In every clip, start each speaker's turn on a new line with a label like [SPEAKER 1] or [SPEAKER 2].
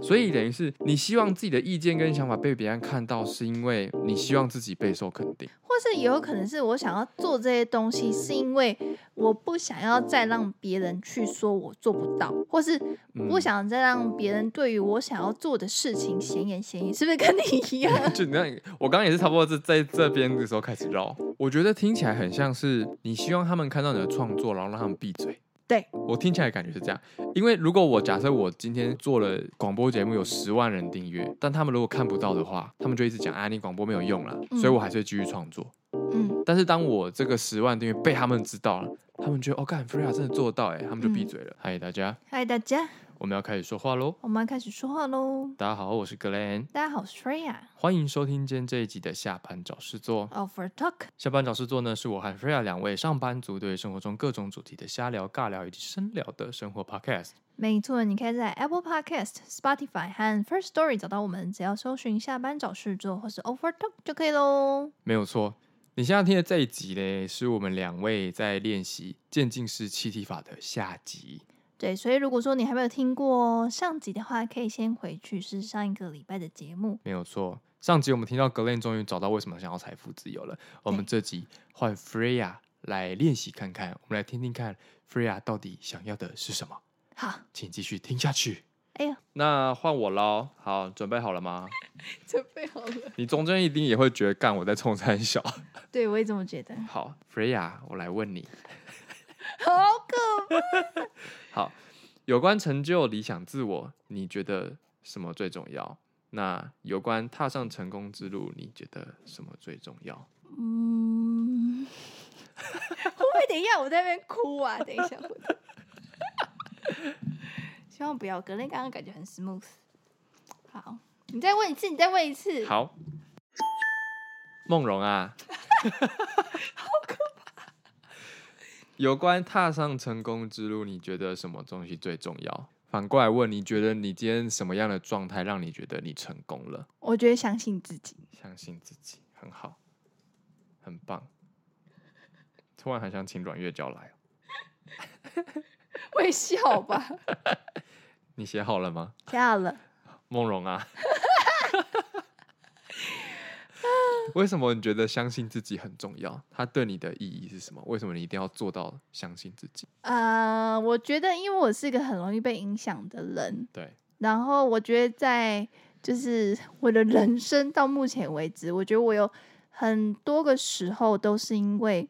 [SPEAKER 1] 所以等于是你希望自己的意见跟想法被别人看到，是因为你希望自己备受肯定。
[SPEAKER 2] 或是也有可能是我想要做这些东西，是因为我不想要再让别人去说我做不到，或是
[SPEAKER 1] 嗯
[SPEAKER 2] 不想再让别人对于我想要做的事情闲言闲语，是不是跟你一样？
[SPEAKER 1] 就你看，我刚刚也是差不多是在这边的时候开始绕。我觉得听起来很像是你希望他们看到你的创作，然后让他们闭嘴。
[SPEAKER 2] 对
[SPEAKER 1] 我听起来感觉是这样，因为如果我假设我今天做了广播节目有十万人订阅，但他们如果看不到的话，他们就一直讲啊你广播没有用啦，
[SPEAKER 2] 嗯
[SPEAKER 1] 所以我还是会继续创作。
[SPEAKER 2] 嗯，
[SPEAKER 1] 但是当我这个十万订阅被他们知道了，他们觉得哦，干 Freya 真的做到哎，他们就闭
[SPEAKER 2] 嗯
[SPEAKER 1] 嘴了。嗨、大家，
[SPEAKER 2] 嗨，大家，
[SPEAKER 1] 我们要开始说话喽。
[SPEAKER 2] 我们要开始说话喽。
[SPEAKER 1] 大家好，我是 Glenn，
[SPEAKER 2] 大家好，我是 Freya
[SPEAKER 1] 欢迎收听今天这一集的下班找事做。
[SPEAKER 2] of r Talk。
[SPEAKER 1] 下班找事做呢，是我和 Freya 两位上班族对生活中各种主题的瞎聊、尬聊以及深聊的生活 Podcast。
[SPEAKER 2] 没错，你可以在 Apple Podcast、Spotify 和 First Story 找到我们，只要搜寻“下班找事做”或是 Over Talk 就可以喽。
[SPEAKER 1] 没有错，你现在听的这一集呢，是我们两位在练习渐进式气体法的下集。
[SPEAKER 2] 对，所以如果说你还没有听过上集的话，可以先回去是上一个礼拜的节目。
[SPEAKER 1] 没有错，上集我们听到格 l 终于找到为什么想要财富自由了，我们这集换 Freya 来练习看看，我们来听听看 Freya 到底想要的是什么，
[SPEAKER 2] 好，
[SPEAKER 1] 请继续听下去。
[SPEAKER 2] 哎呀，
[SPEAKER 1] 那换我喽，好，准备好了吗？
[SPEAKER 2] 准备好了。
[SPEAKER 1] 你中间一定也会觉得干我在冲三小。
[SPEAKER 2] 对，我也这么觉得。
[SPEAKER 1] 好，Freya，我来问你，
[SPEAKER 2] 好可怕。
[SPEAKER 1] 好，有关成就理想自我，你觉得什么最重要？那有关踏上成功之路，你觉得什么最重要？
[SPEAKER 2] 嗯，会不会等一下 我在那边哭啊？等一下我。 希望不要，格雷刚刚感觉很 smooth。好，你再问一次，你再问一次。
[SPEAKER 1] 好，梦荣啊，好可怕！ 有关踏上成功之路，你觉得什么东西最重要？反过来问，你觉得你今天什么样的状态让你觉得你成功了？
[SPEAKER 2] 我觉得相信自 己。
[SPEAKER 1] 相信自己，很好，很棒。突然很想请阮月娇来哦，
[SPEAKER 2] 会笑吧？
[SPEAKER 1] 你写好了吗？
[SPEAKER 2] 笑了，
[SPEAKER 1] 梦荣啊， 为什么你觉得相信自己很重要？它对你的意义是什么？为什么你一定要做到相信自己？
[SPEAKER 2] 呃，我觉得因为我是一个很容易被影响的人，
[SPEAKER 1] 对，
[SPEAKER 2] 然后我觉得在就是 我的人生到目前为止，我觉得我有很多个时候都是因为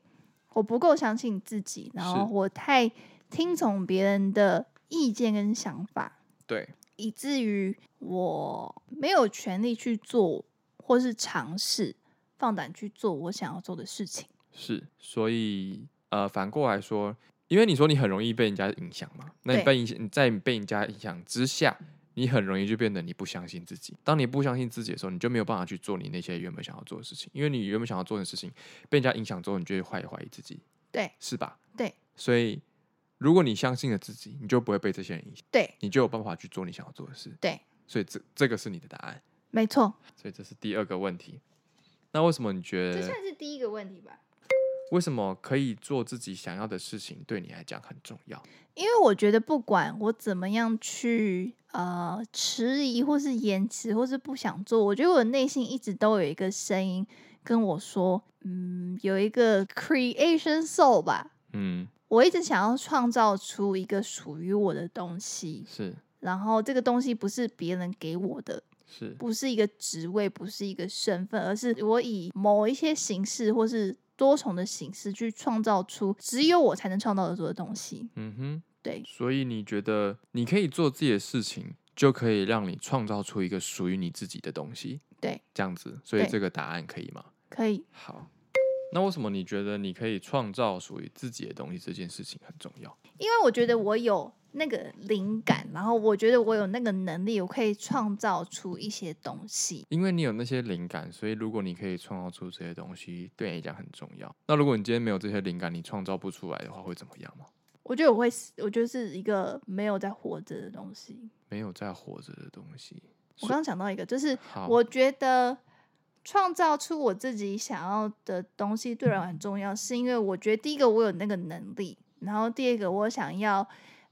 [SPEAKER 2] 我不够相信自己，然后我太听从别人的意见跟想法，
[SPEAKER 1] 对，
[SPEAKER 2] 以至于我没有权利去做或是尝试放胆去做我想要做的事情。
[SPEAKER 1] 是。所以，呃，反过来说，因为你说你很容易被人家影响嘛，那你
[SPEAKER 2] 对
[SPEAKER 1] 被影响，你在你被人家影响之下，你很容易就变得你不相信自己。当你不相信自己的时候，你就没有办法去做你那些原本想要做的事情，因为你原本想要做的事情被人家影响之后，你就会怀疑怀疑自己，
[SPEAKER 2] 对
[SPEAKER 1] 是吧？
[SPEAKER 2] 对
[SPEAKER 1] 所以，如果你相信了自己，你就不会被这些人影响，
[SPEAKER 2] 对
[SPEAKER 1] 你就有办法去做你想要做的事。
[SPEAKER 2] 对，
[SPEAKER 1] 所以这这个是你的答案。
[SPEAKER 2] 没错，
[SPEAKER 1] 所以这是第二个问题。那为什么你觉得？
[SPEAKER 2] 是第一个问题吧。
[SPEAKER 1] 为什么可以做自己想要的事情对你来讲很重要？
[SPEAKER 2] 因为我觉得不管我怎么样去呃迟疑，或是延迟，或是不想做，我觉得我内心一直都有一个声音跟我说，嗯，有一个 creation soul 吧，
[SPEAKER 1] 嗯，
[SPEAKER 2] 我一直想要创造出一个属于我的东西，
[SPEAKER 1] 是
[SPEAKER 2] 然后这个东西不是别人给我的，
[SPEAKER 1] 是，
[SPEAKER 2] 不是一个职位，不是一个身份，而是我以某一些形式或是多重的形式去创造出只有我才能创造得出的东西。
[SPEAKER 1] 嗯哼。
[SPEAKER 2] 对，
[SPEAKER 1] 所以你觉得你可以做自己的事情，就可以让你创造出一个属于你自己的东西，
[SPEAKER 2] 对，
[SPEAKER 1] 这样子。所以
[SPEAKER 2] 对
[SPEAKER 1] 这个答案可以吗？
[SPEAKER 2] 可以。
[SPEAKER 1] 好。那为什么你觉得你可以创造属于自己的东西这件事情很重要？
[SPEAKER 2] 因为我觉得我有那个灵感，然后我觉得我有那个能力，我可以创造出一些东西。
[SPEAKER 1] 因为你有那些灵感，所以如果你可以创造出这些东西，对你来讲很重要。那如果你今天没有这些灵感，你创造不出来的话，会怎么样吗？
[SPEAKER 2] 我觉得我会死，我就是一个没有在活着的东西。
[SPEAKER 1] 没有在活着的东西。
[SPEAKER 2] 我刚刚讲到一个，就是
[SPEAKER 1] 好，
[SPEAKER 2] 我觉得创造出我自己想要的东西对我很重要，是因为我觉得第一个我有那个能力，然后第二个我想要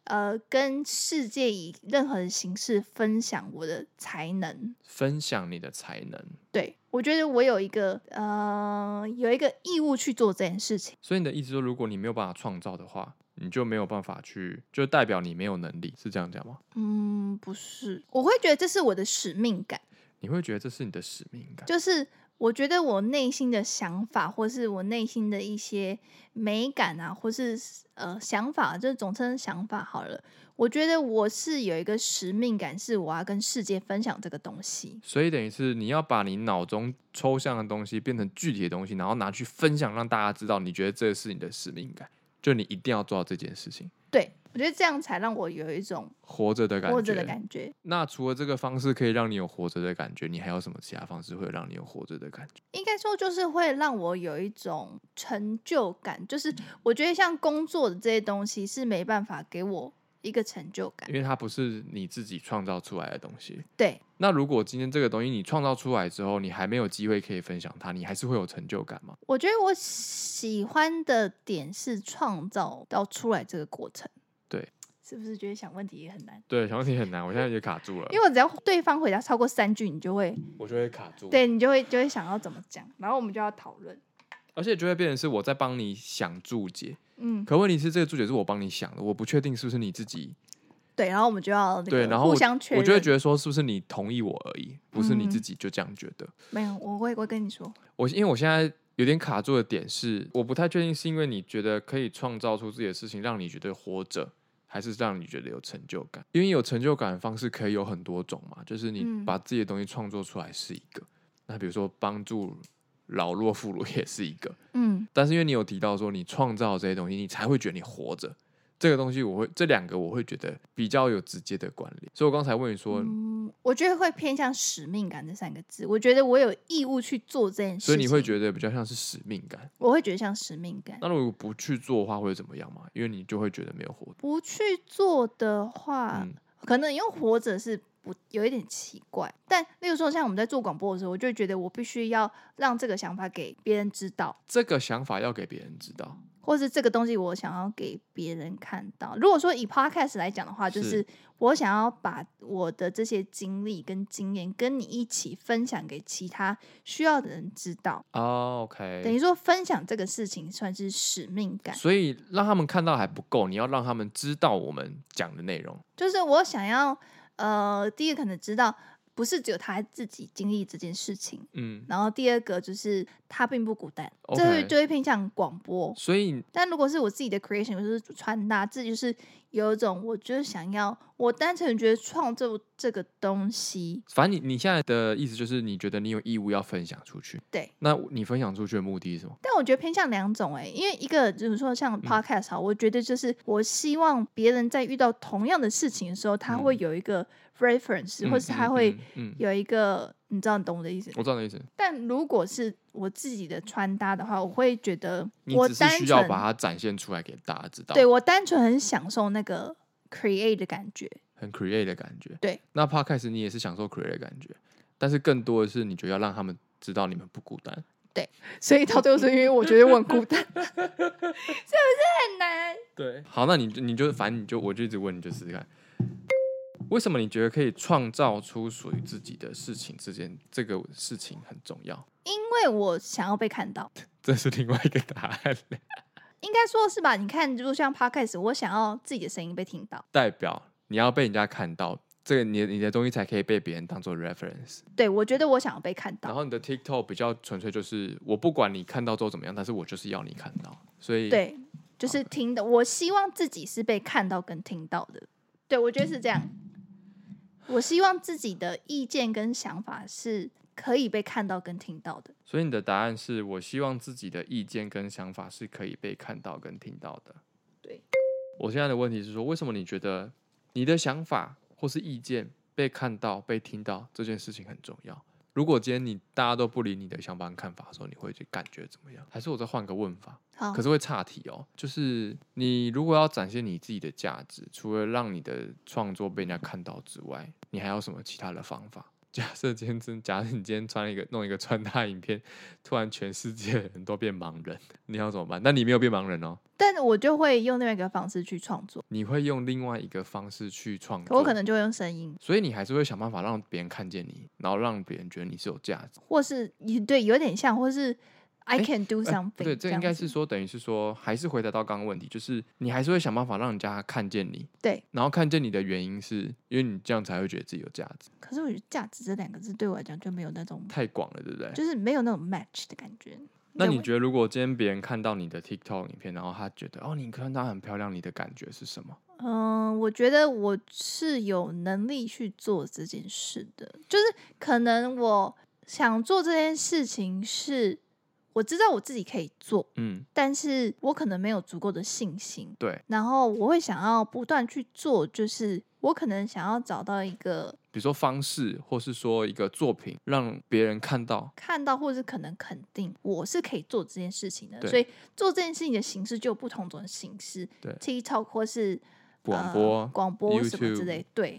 [SPEAKER 2] 呃跟世界以任何的形式分享我的才能。
[SPEAKER 1] 分享你的才能。
[SPEAKER 2] 对我觉得我有一个呃有一个义务去做这件事情。
[SPEAKER 1] 所以你的意思说，如果你没有办法创造的话，你就没有办法去，就代表你没有能力，是这样讲吗？
[SPEAKER 2] 嗯，不是，我会觉得这是我的使命感，
[SPEAKER 1] 你会觉得这是你的使命感，
[SPEAKER 2] 就是我觉得我内心的想法，或是我内心的一些美感啊，或是呃想法，就是总称想法好了。我觉得我是有一个使命感，是我要跟世界分享这个东西。
[SPEAKER 1] 所以等于是你要把你脑中抽象的东西变成具体的东西，然后拿去分享，让大家知道你觉得这是你的使命感，就你一定要做到这件事情，
[SPEAKER 2] 对我觉得这样才让我有一种
[SPEAKER 1] 活着的感觉。
[SPEAKER 2] 活着的感觉。
[SPEAKER 1] 那除了这个方式可以让你有活着的感觉，你还有什么其他方式会让你有活着的感觉？
[SPEAKER 2] 应该说就是会让我有一种成就感，
[SPEAKER 1] 嗯
[SPEAKER 2] 就是我觉得像工作的这些东西是没办法给我一个成就感
[SPEAKER 1] 因。为它不是你自己创造出来的东西。
[SPEAKER 2] 对
[SPEAKER 1] 那如果今天这个东西你创造出来之后，你还没有机会可以分享它，你还是会有成就感吗？
[SPEAKER 2] 我觉得我喜欢的点是创造到出来这个过程。
[SPEAKER 1] 对，嗯
[SPEAKER 2] 是不是觉得想问题也很难？
[SPEAKER 1] 对，小问题很难，我现在也卡住了，
[SPEAKER 2] 因为我只要对方回答超过三句，你就会
[SPEAKER 1] 我就会卡住。
[SPEAKER 2] 对你就会就会想要怎么讲，然后我们就要讨论。
[SPEAKER 1] 而且就会变成是我在帮你想注解，
[SPEAKER 2] 嗯，
[SPEAKER 1] 可问题是这个注解是我帮你想的，我不确定是不是你自己
[SPEAKER 2] 对，然后我们就要那个
[SPEAKER 1] 对，然后
[SPEAKER 2] 互
[SPEAKER 1] 我
[SPEAKER 2] 相确认。
[SPEAKER 1] 我就会觉得说是不是你同意我而已，不是你
[SPEAKER 2] 嗯
[SPEAKER 1] 自己就这样觉得。
[SPEAKER 2] 没有，我会我会跟你说，
[SPEAKER 1] 我因为我现在有点卡住的点是，我不太确定是因为你觉得可以创造出自己的事情，让你觉得活着。还是让你觉得有成就感，因为有成就感的方式可以有很多种嘛，就是你
[SPEAKER 2] 嗯
[SPEAKER 1] 把自己的东西创作出来是一个，那比如说帮助老弱妇孺也是一个，
[SPEAKER 2] 嗯，
[SPEAKER 1] 但是因为你有提到说你创造这些东西，你才会觉得你活着。这个东西我会这两个我会觉得比较有直接的关联，所以我刚才问你说，
[SPEAKER 2] 嗯，我觉得会偏向使命感这三个字。我觉得我有义务去做这件事情，
[SPEAKER 1] 所以你会觉得比较像是使命感。
[SPEAKER 2] 我会觉得像使命感。
[SPEAKER 1] 那如果不去做的话，会怎么样嘛？因为你就会觉得没有活着。
[SPEAKER 2] 不去做的话，
[SPEAKER 1] 嗯
[SPEAKER 2] 可能用活着是不有一点奇怪。但例如说，像我们在做广播的时候，我就会觉得我必须要让这个想法给别人知道，
[SPEAKER 1] 这个想法要给别人知道，
[SPEAKER 2] 或是这个东西我想要给别人看到。如果说以 podcast 来讲的话，就是是我想要把我的这些经历跟经验跟你一起分享给其他需要的人知道。
[SPEAKER 1] 哦
[SPEAKER 2] 等
[SPEAKER 1] ，OK。
[SPEAKER 2] 于说，分享这个事情算是使命感，
[SPEAKER 1] 所以让他们看到还不够，你要让他们知道我们讲的内容。
[SPEAKER 2] 就是我想要，呃，第一个可能知道，不是只有他自己经历这件事情，
[SPEAKER 1] 嗯，
[SPEAKER 2] 然后第二个就是他并不孤单，这
[SPEAKER 1] OK
[SPEAKER 2] 会就会偏向广播。
[SPEAKER 1] 所以
[SPEAKER 2] 但如果是我自己的 creation，我就是穿搭，这就是有一种我就是想要，我单纯觉得创作这个东西，
[SPEAKER 1] 反正你你现在的意思就是，你觉得你有义务要分享出去。
[SPEAKER 2] 对，
[SPEAKER 1] 那你分享出去的目的是什么？
[SPEAKER 2] 但我觉得偏向两种哎、因为一个就是说像 podcast 好，我觉得就是我希望别人在遇到同样的事情的时候，他会有一个 reference，、或是他会
[SPEAKER 1] 嗯，嗯嗯
[SPEAKER 2] 有一个，你知道你懂我的意思吗
[SPEAKER 1] 我知道你的意思。
[SPEAKER 2] 但如果是我自己的穿搭的话，我会觉得
[SPEAKER 1] 你
[SPEAKER 2] 我
[SPEAKER 1] 只是
[SPEAKER 2] 单
[SPEAKER 1] 需要把
[SPEAKER 2] 纯
[SPEAKER 1] 它展现出来给大家知道，
[SPEAKER 2] 对我单纯很享受那个 create 的感觉。
[SPEAKER 1] 很 create 的感觉。
[SPEAKER 2] 对，
[SPEAKER 1] 那 podcast 你也是享受 create 的感觉，但是更多的是你觉得要让他们知道你们不孤单。
[SPEAKER 2] 所以到最后是因为我觉得我很孤单， 是不是很难？
[SPEAKER 1] 对，好，那你就你就反正你就我就一直问你，就试试看，为什么你觉得可以创造出属于自己的事情之间，这个事情很重要？
[SPEAKER 2] 因为我想要被看到，
[SPEAKER 1] 这是另外一个答案了，
[SPEAKER 2] 应该说是吧？你看，就像 podcast，我想要自己的声音被听到，
[SPEAKER 1] 代表你要被人家看到，这个你的你的东西才可以被别人当做 reference。
[SPEAKER 2] 对我觉得我想要被看
[SPEAKER 1] 然
[SPEAKER 2] 到，
[SPEAKER 1] 后你的 TikTok 比较纯粹就是，我不管你看到之后怎么样，但是我就是要你看到，所以
[SPEAKER 2] 对，就是听的。我希望自己是被看到跟听到的，对我觉得是这样。我希望自己的意见跟想法是可以被看到跟听到的。
[SPEAKER 1] 所以你的答案是我希望自己的意见跟想法是可以被看到跟听到的。
[SPEAKER 2] 对，
[SPEAKER 1] 我现在的问题是说，为什么你觉得你的想法或是意见被看到、被听到这件事情很重要？如果今天你大家都不理你的想法跟看法的时候，你会去感觉怎么样？还是我再换个问法？
[SPEAKER 2] 好
[SPEAKER 1] 可，是会岔题哦。就是你如果要展现你自己的价值，除了让你的创作被人家看到之外，你还有什么其他的方法？ 假设今天真，假设你今天穿了一个弄一个穿搭影片， 突然全世界的人都变盲人，你要怎么办？但你没有变盲人哦，
[SPEAKER 2] 但我就会用另外一个方式去创作，
[SPEAKER 1] 你会用另外一个方式去创
[SPEAKER 2] 可
[SPEAKER 1] 作。
[SPEAKER 2] 我可能就会用声音，
[SPEAKER 1] 所以你还是会想办法让别人看见你，然后让别人觉得你是有价值。
[SPEAKER 2] 或是也对，有点像，或是 I
[SPEAKER 1] 诶
[SPEAKER 2] can do
[SPEAKER 1] 呃
[SPEAKER 2] something、
[SPEAKER 1] 对，这应该
[SPEAKER 2] 样
[SPEAKER 1] 是
[SPEAKER 2] 子
[SPEAKER 1] 说，等于是说，还是回答到刚刚问题，就是你还是会想办法让人家看见你，
[SPEAKER 2] 对。
[SPEAKER 1] 然后看见你的原因是因为你这样才会觉得自己有价值，
[SPEAKER 2] 可是我觉得“价值”这两个字对我来讲就没有那种，
[SPEAKER 1] 太广了，对不对？
[SPEAKER 2] 就是没有那种 match 的感觉。
[SPEAKER 1] 那
[SPEAKER 2] 对
[SPEAKER 1] 你
[SPEAKER 2] 我
[SPEAKER 1] 觉得，如果今天别人看到你的 TikTok 影片，然后他觉得哦，你看她很漂亮，你的感觉是什么？
[SPEAKER 2] 嗯，我觉得我是有能力去做这件事的，就是可能我想做这件事情是我知道我自己可以做，
[SPEAKER 1] 嗯，
[SPEAKER 2] 但是我可能没有足够的信心，
[SPEAKER 1] 对。
[SPEAKER 2] 然后我会想要不断去做，就是我可能想要找到一个
[SPEAKER 1] 比如说方式，或是说一个作品，让别人看到。
[SPEAKER 2] 看到或是可能肯定我是可以做这件事情的，
[SPEAKER 1] 对
[SPEAKER 2] 所以做这件事情的形式就有不同种形式
[SPEAKER 1] 对
[SPEAKER 2] ，TikTok 或是
[SPEAKER 1] 广
[SPEAKER 2] 呃
[SPEAKER 1] 播、
[SPEAKER 2] 广播什么之
[SPEAKER 1] YouTube
[SPEAKER 2] 类，对，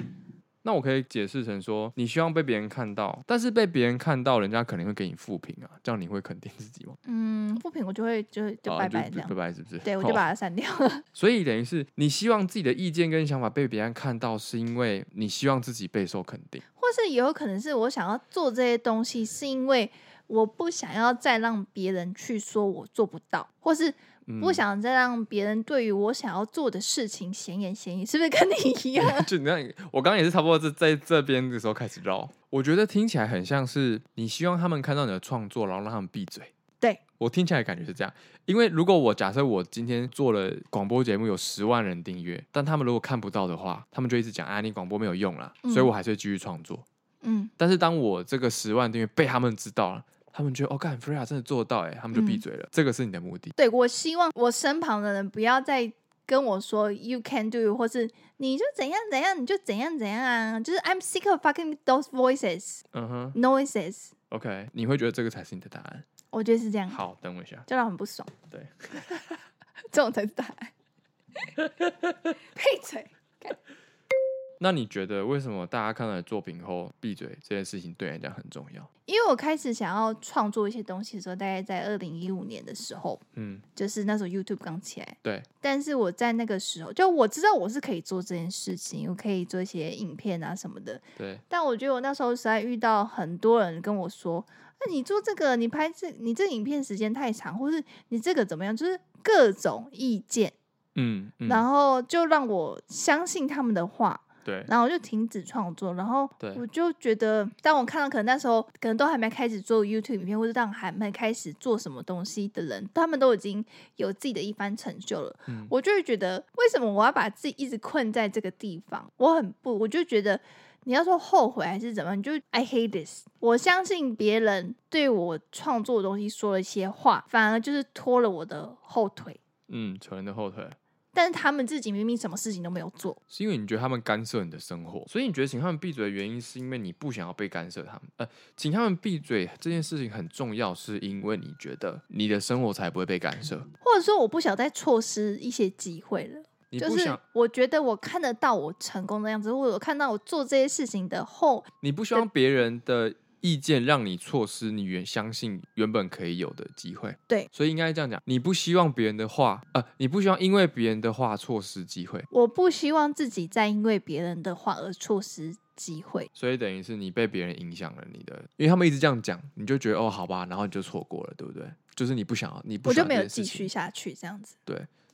[SPEAKER 1] 那我可以解释成说，你希望被别人看到，但是被别人看到，人家肯定会给你负评啊，这样你会肯定自己吗？
[SPEAKER 2] 嗯，不评我就会就会就
[SPEAKER 1] 啊
[SPEAKER 2] 拜拜这
[SPEAKER 1] 拜
[SPEAKER 2] 样，
[SPEAKER 1] 拜，是不是？
[SPEAKER 2] 对我就
[SPEAKER 1] 哦
[SPEAKER 2] 把它删掉了。
[SPEAKER 1] 所以等于是你希望自己的意见跟想法被别人看到，是因为你希望自己备受肯定。
[SPEAKER 2] 或是也有可能是我想要做这些东西，是因为我不想要再让别人去说我做不到，或是
[SPEAKER 1] 嗯
[SPEAKER 2] 不想再让别人对于我想要做的事情闲言闲语，是不是跟你一样？
[SPEAKER 1] 就你看，我刚刚也是差不多是在这边的时候开始绕。我觉得听起来很像是你希望他们看到你的创作，然后让他们闭嘴。
[SPEAKER 2] 对
[SPEAKER 1] 我听起来感觉是这样，因为如果我假设我今天做了广播节目有十万人订阅，但他们如果看不到的话，他们就一直讲啊你广播没有用啦，
[SPEAKER 2] 嗯
[SPEAKER 1] 所以我还是会继续创作。
[SPEAKER 2] 嗯，
[SPEAKER 1] 但是当我这个十万订阅被他们知道了，他们觉得哦，干 Freya 真的做得到哎，他们就闭
[SPEAKER 2] 嗯
[SPEAKER 1] 嘴了。这个是你的目的。
[SPEAKER 2] 对我希望我身旁的人不要再跟我说 “you can do”，或是你就怎样怎样，你就怎样怎样啊，就是 I'm sick of fucking those voices
[SPEAKER 1] 嗯哼
[SPEAKER 2] noises。
[SPEAKER 1] ，OK，你会觉得这个才是你的答案。
[SPEAKER 2] 我觉得是这样，
[SPEAKER 1] 好，等我一下。
[SPEAKER 2] 就让我很不爽。
[SPEAKER 1] 对，
[SPEAKER 2] 这种才是 答案。闭嘴！
[SPEAKER 1] 那你觉得为什么大家看到你的作品后闭嘴这件事情对你来讲很重要？
[SPEAKER 2] 因为我开始想要创作一些东西的时候，大概在二零一五年的时候，
[SPEAKER 1] 嗯，
[SPEAKER 2] 就是那时候 YouTube 刚起来。
[SPEAKER 1] 对，
[SPEAKER 2] 但是我在那个时候，就我知道我是可以做这件事情，我可以做一些影片啊什么的。
[SPEAKER 1] 对，
[SPEAKER 2] 但我觉得我那时候实在遇到很多人跟我说：“那、你做这个，你拍这，你这影片时间太长，或是你这个怎么样？”就是各种意见，
[SPEAKER 1] 嗯，嗯
[SPEAKER 2] 然后就让我相信他们的话，
[SPEAKER 1] 对，
[SPEAKER 2] 然后我就停止创作。然后
[SPEAKER 1] 对
[SPEAKER 2] 我就觉得，当我看到可能那时候可能都还没开始做 YouTube 影片，或者当还没开始做什么东西的人，他们都已经有自己的一番成就了，
[SPEAKER 1] 嗯
[SPEAKER 2] 我就会觉得，为什么我要把自己一直困在这个地方？我很不，我就觉得。你要说后悔还是怎么样，你就 I hate this。我相信别人对我创作的东西说了一些话，反而就是拖了我的后腿。
[SPEAKER 1] 嗯，球人的后腿
[SPEAKER 2] 但是他们自己明明什么事情都没有做，
[SPEAKER 1] 是因为你觉得他们干涉你的生活，所以你觉得请他们闭嘴的原因是因为你不想要被干涉他们。呃，请他们闭嘴这件事情很重要，是因为你觉得你的生活才不会被干涉，
[SPEAKER 2] 或者说我不想再错失一些机会了。
[SPEAKER 1] 你
[SPEAKER 2] 就
[SPEAKER 1] 不
[SPEAKER 2] 是
[SPEAKER 1] 想，
[SPEAKER 2] 我觉得我看得到我成功的样子，或者我看到我做这些事情的后，
[SPEAKER 1] 你不希望别人的意见让你错失你原相信原本可以有的机会。
[SPEAKER 2] 对，
[SPEAKER 1] 所以应该这样讲，你不希望别人的话，呃，你不希望因为别人的话错失机会，
[SPEAKER 2] 我不希望自己再因为别人的话而错失机会。
[SPEAKER 1] 所以等于是你被别人影响了你的，因为他们一直这样讲，你就觉得哦，好吧，然后你就错过了，对不对？就是你不想要，你不
[SPEAKER 2] 我就
[SPEAKER 1] 想
[SPEAKER 2] 没有
[SPEAKER 1] 这件
[SPEAKER 2] 继
[SPEAKER 1] 事情
[SPEAKER 2] 续，下去，这样子，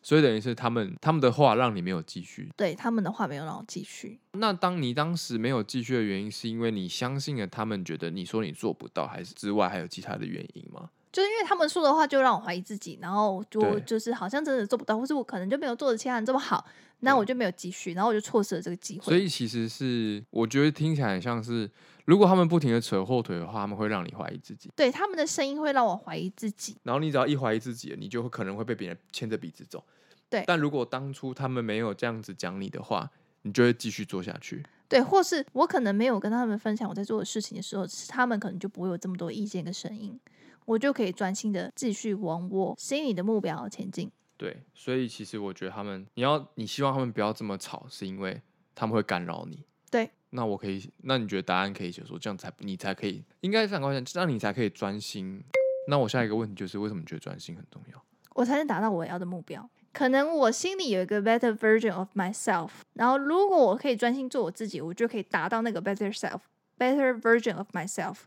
[SPEAKER 1] 所以等于是他们他们的话让你没有继续。
[SPEAKER 2] 对他们的话没有让我继续。
[SPEAKER 1] 那当你当时没有继续的原因，是因为你相信了他们觉得你说你做不到，还是之外还有其他的原因吗？
[SPEAKER 2] 就是因为他们说的话，就让我怀疑自己，然后就
[SPEAKER 1] 对
[SPEAKER 2] 就是好像真的做不到，或是我可能就没有做的其他人这么好，那
[SPEAKER 1] 对
[SPEAKER 2] 我就没有继续，然后我就错失了这个机会。
[SPEAKER 1] 所以其实是我觉得听起来很像是，如果他们不停的扯后腿的话，他们会让你怀疑自己，
[SPEAKER 2] 对他们的声音会让我怀疑自己。
[SPEAKER 1] 然后你只要一怀疑自己，你就会可能会被别人牵着鼻子走。
[SPEAKER 2] 对
[SPEAKER 1] 但如果当初他们没有这样子讲你的话，你就会继续做下去。
[SPEAKER 2] 对，或是我可能没有跟他们分享我在做的事情的时候，他们可能就不会有这么多意见跟声音，我就可以专心的继续往我心里的目标前进。
[SPEAKER 1] 对，所以其实我觉得他们，你要你希望他们不要这么吵，是因为他们会干扰你。
[SPEAKER 2] 对，
[SPEAKER 1] 那我可以，那你觉得答案可以写说这样才你才可以，应该反过来讲，这样你才可以专心。那我下一个问题就是，为什么觉得专心很重要？
[SPEAKER 2] 我才能达到我要的目标。可能我心里有一个 better version of myself，然后如果我可以专心做我自己，我就可以达到那个 better self better version of myself。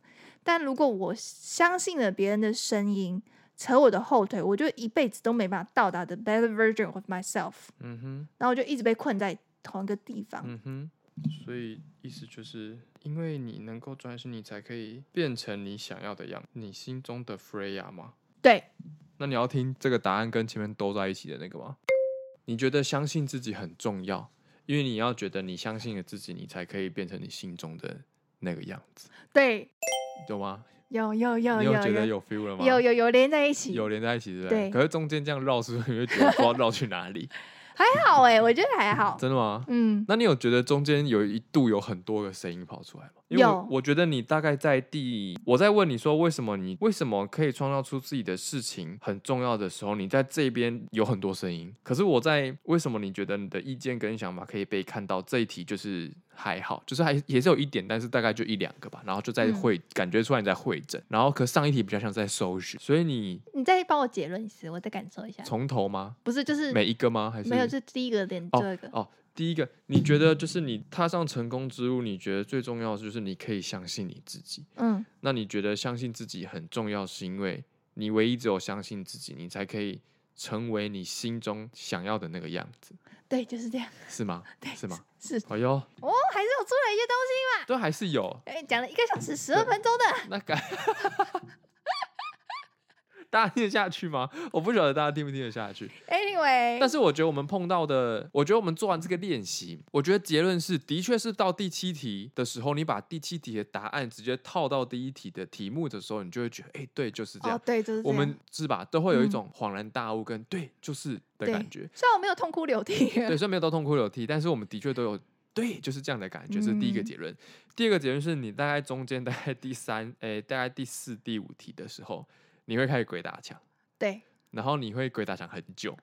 [SPEAKER 2] 但如果我相信了别人的声音，扯我的后腿，我就一辈子都没办法到达 the better version of myself。
[SPEAKER 1] 嗯哼，
[SPEAKER 2] 然后我就一直被困在同一个地方。
[SPEAKER 1] 嗯哼。所以意思就是，因为你能够专心，你才可以变成你想要的样，你心中的 Freya 吗？
[SPEAKER 2] 对，
[SPEAKER 1] 那你要听这个答案跟前面都在一起的那个吗？你觉得相信自己很重要，因为你要觉得你相信了自己，你才可以变成你心中的那个样子，
[SPEAKER 2] 对，
[SPEAKER 1] 懂吗？
[SPEAKER 2] 有有有
[SPEAKER 1] 你有
[SPEAKER 2] 有
[SPEAKER 1] 觉得
[SPEAKER 2] 有
[SPEAKER 1] 有 feel 了吗？
[SPEAKER 2] 有有有连在一起，
[SPEAKER 1] 有连在一起，对不对？
[SPEAKER 2] 对
[SPEAKER 1] 可是中间这样绕，是不是你会觉得不知道绕去哪 里？
[SPEAKER 2] 还好哎、我觉得还 好。
[SPEAKER 1] 真的吗？
[SPEAKER 2] 嗯，
[SPEAKER 1] 那你有觉得中间有一度有很多个声音跑出来吗？因为我
[SPEAKER 2] 有
[SPEAKER 1] 我觉得你大概在第，我在问你说为什么你为什么可以创造出自己的事情很重要的时候，你在这边有很多声音。可是我在为什么你觉得你的意见跟想法可以被看到这一题就是还好，就是还也是有一点，但是大概就一两个吧。然后就在
[SPEAKER 2] 嗯
[SPEAKER 1] 会、感觉出来你在会诊，然后可上一题比较像在搜寻，所以你
[SPEAKER 2] 你再帮我结论一次，我再感受一下。
[SPEAKER 1] 从头吗？
[SPEAKER 2] 不是，就是
[SPEAKER 1] 每一个吗？还是
[SPEAKER 2] 没有，就第一个连这个。
[SPEAKER 1] 哦，第一个，你觉得就是你踏上成功之路，你觉得最重要的就是你可以相信你自己。
[SPEAKER 2] 嗯，
[SPEAKER 1] 那你觉得相信自己很重要，是因为你唯一只有相信自己，你才可以成为你心中想要的那个样子，
[SPEAKER 2] 对，就是这样。
[SPEAKER 1] 是吗？
[SPEAKER 2] 对，
[SPEAKER 1] 是吗？
[SPEAKER 2] 是
[SPEAKER 1] 哎呦，
[SPEAKER 2] 哦，还是有出来一些东西。
[SPEAKER 1] 都还是有
[SPEAKER 2] 哎，讲了一个小时十二分钟的，
[SPEAKER 1] 那 感， 大家听得下去吗？我不晓得大家听不听得下去。但
[SPEAKER 2] Anyway，
[SPEAKER 1] 是我觉得我们碰到的，我觉得我们做完这个练习，我觉得结论是，的确是到第七题的时候，你把第七题的答案直接套到第一题的题目的时候，你就会觉得，哎、对，就是这样。
[SPEAKER 2] 哦，对，就是这
[SPEAKER 1] 我
[SPEAKER 2] 样。
[SPEAKER 1] 们是吧，都会有一
[SPEAKER 2] 嗯
[SPEAKER 1] 种恍然大悟跟对，就是的
[SPEAKER 2] 对
[SPEAKER 1] 感觉。
[SPEAKER 2] 虽然我没有痛哭流涕，
[SPEAKER 1] 对，虽然没有到痛哭流涕，但是我们的确都有对，就是这样的感觉。这是第一个
[SPEAKER 2] 嗯
[SPEAKER 1] 结论。第二个结论是你大概中间大概第三，诶、大概第四、第五题的时候，你会开始鬼打墙，
[SPEAKER 2] 对，
[SPEAKER 1] 然后你会鬼打墙很久。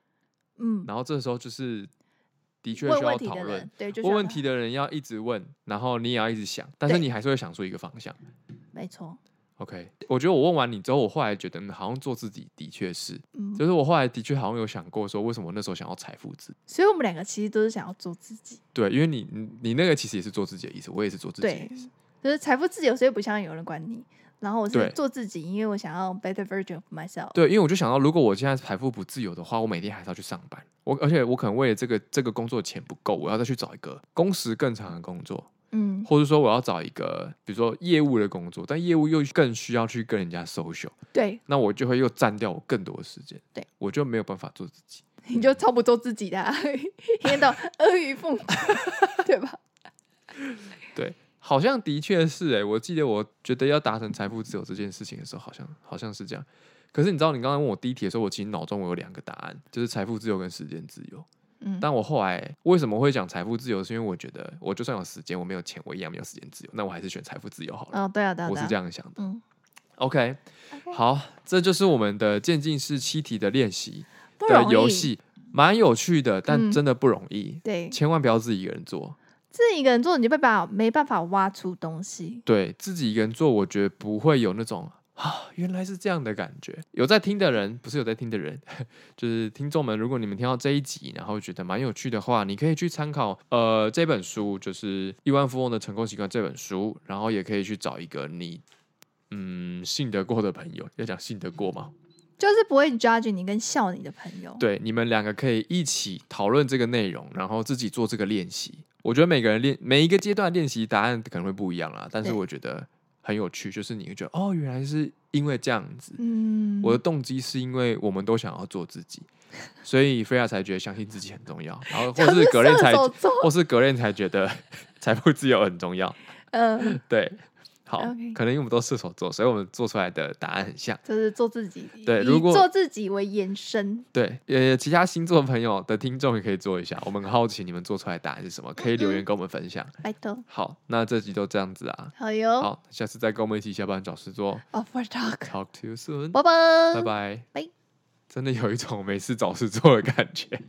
[SPEAKER 2] 嗯，
[SPEAKER 1] 然后这时候就是的确
[SPEAKER 2] 问
[SPEAKER 1] 需要
[SPEAKER 2] 问题
[SPEAKER 1] 讨
[SPEAKER 2] 的
[SPEAKER 1] 论
[SPEAKER 2] 人，，对，就
[SPEAKER 1] 问
[SPEAKER 2] 像
[SPEAKER 1] 问题的人要一直问，然后你也要一直想，但是
[SPEAKER 2] 对
[SPEAKER 1] 你还是会想出一个方向。
[SPEAKER 2] 没错，
[SPEAKER 1] OK，我觉得我问完你之后，我后来觉得，嗯，好像做自己的确是，
[SPEAKER 2] 嗯，
[SPEAKER 1] 就是我后来的确好像有想过说，为什么我那时候想要财富自由
[SPEAKER 2] 所以我们两个其实都是想要做自己，
[SPEAKER 1] 对，因为你你你那个其实也是做自己的意思，我也是做自己的
[SPEAKER 2] 对
[SPEAKER 1] 意思。
[SPEAKER 2] 就是财富自由，所以不想有人管你。然后我
[SPEAKER 1] 对
[SPEAKER 2] 是做自己，因为我想要 better version of myself。
[SPEAKER 1] 对，因为我就想到，如果我现在财富不自由的话，我每天还是要去上班，我而且我可能为了这个这个工作钱不够，我要再去找一个工时更长的工作，
[SPEAKER 2] 嗯，
[SPEAKER 1] 或者说我要找一个，比如说业务的工作，但业务又更需要去跟人家 social，
[SPEAKER 2] 对，
[SPEAKER 1] 那我就会又占掉我更多的时间，
[SPEAKER 2] 对
[SPEAKER 1] 我就没有办法做自己。
[SPEAKER 2] 你就超不做自己的、啊，一天到晚阿谀奉承， 对吧？
[SPEAKER 1] 对，好像的确是哎、我记得我觉得要达成财富自由这件事情的时候，好像好像是这样。可是你知道，你刚刚问我第一题的时候，我其实脑中我有两个答案，就是财富自由跟时间自由。
[SPEAKER 2] 嗯，
[SPEAKER 1] 但我后来为什么会讲财富自由，是因为我觉得我就算有时间，我没有钱，我一样没有时间自由。那我还是选财富自由好了。
[SPEAKER 2] 哦，对啊，对啊，
[SPEAKER 1] 我
[SPEAKER 2] 对
[SPEAKER 1] 是
[SPEAKER 2] 啊
[SPEAKER 1] 这，样想的。
[SPEAKER 2] 嗯
[SPEAKER 1] OK，
[SPEAKER 2] OK
[SPEAKER 1] 好，这就是我们的渐进式七题的练习
[SPEAKER 2] 不
[SPEAKER 1] 的
[SPEAKER 2] 容易
[SPEAKER 1] 游，戏，蛮有趣的，但
[SPEAKER 2] 嗯
[SPEAKER 1] 真的不容易，
[SPEAKER 2] 对，
[SPEAKER 1] 千万不要自己一个人做。
[SPEAKER 2] 自己一个人做，你就没办法没办法挖出东西，
[SPEAKER 1] 对自己一个人做，我觉得不会有那种啊，原来是这样的感觉。有在听的人，不是有在听的人， 就是听众们，如果你们听到这一集，然后觉得蛮有趣的话，你可以去参考呃这本书，就是《亿万富翁的成功习惯》这本书，然后也可以去找一个你嗯信得过的朋友，要讲信得过吗？
[SPEAKER 2] 就是不会 judge 你跟笑你的朋友。
[SPEAKER 1] 对，你们两个可以一起讨论这个内容，然后自己做这个练习。我觉得每个人练每一个阶段练习答案可能会不一样啦，但是
[SPEAKER 2] 对
[SPEAKER 1] 我觉得很有趣，就是你会觉得哦，原来是因为这样子，
[SPEAKER 2] 嗯，
[SPEAKER 1] 我的动机是因为我们都想要做自己，所以菲亚才觉得相信自己很重要，然后或是格
[SPEAKER 2] 练
[SPEAKER 1] 练才
[SPEAKER 2] 手 座，
[SPEAKER 1] 或是格练才觉得 财富自由很重要。
[SPEAKER 2] 嗯，
[SPEAKER 1] 对，好
[SPEAKER 2] OK
[SPEAKER 1] 可能因为我们都射手座，所以我们做出来的答案很像。
[SPEAKER 2] 就是做自己，
[SPEAKER 1] 对
[SPEAKER 2] 以
[SPEAKER 1] 如果
[SPEAKER 2] 做自己为延伸，
[SPEAKER 1] 对，呃，其他星座朋友的听众也可以做一下，我们很好奇你们做出来的答案是什么，可以留言跟我们分享。
[SPEAKER 2] 拜托，
[SPEAKER 1] 好，那这集就这样子啊，
[SPEAKER 2] 好哟
[SPEAKER 1] 好，下次再跟我们一起下班找事做
[SPEAKER 2] ，Off for talk，
[SPEAKER 1] ，Talk to you soon，
[SPEAKER 2] 拜拜，
[SPEAKER 1] 拜拜
[SPEAKER 2] 拜，
[SPEAKER 1] 真的有一种没事找事做的感觉。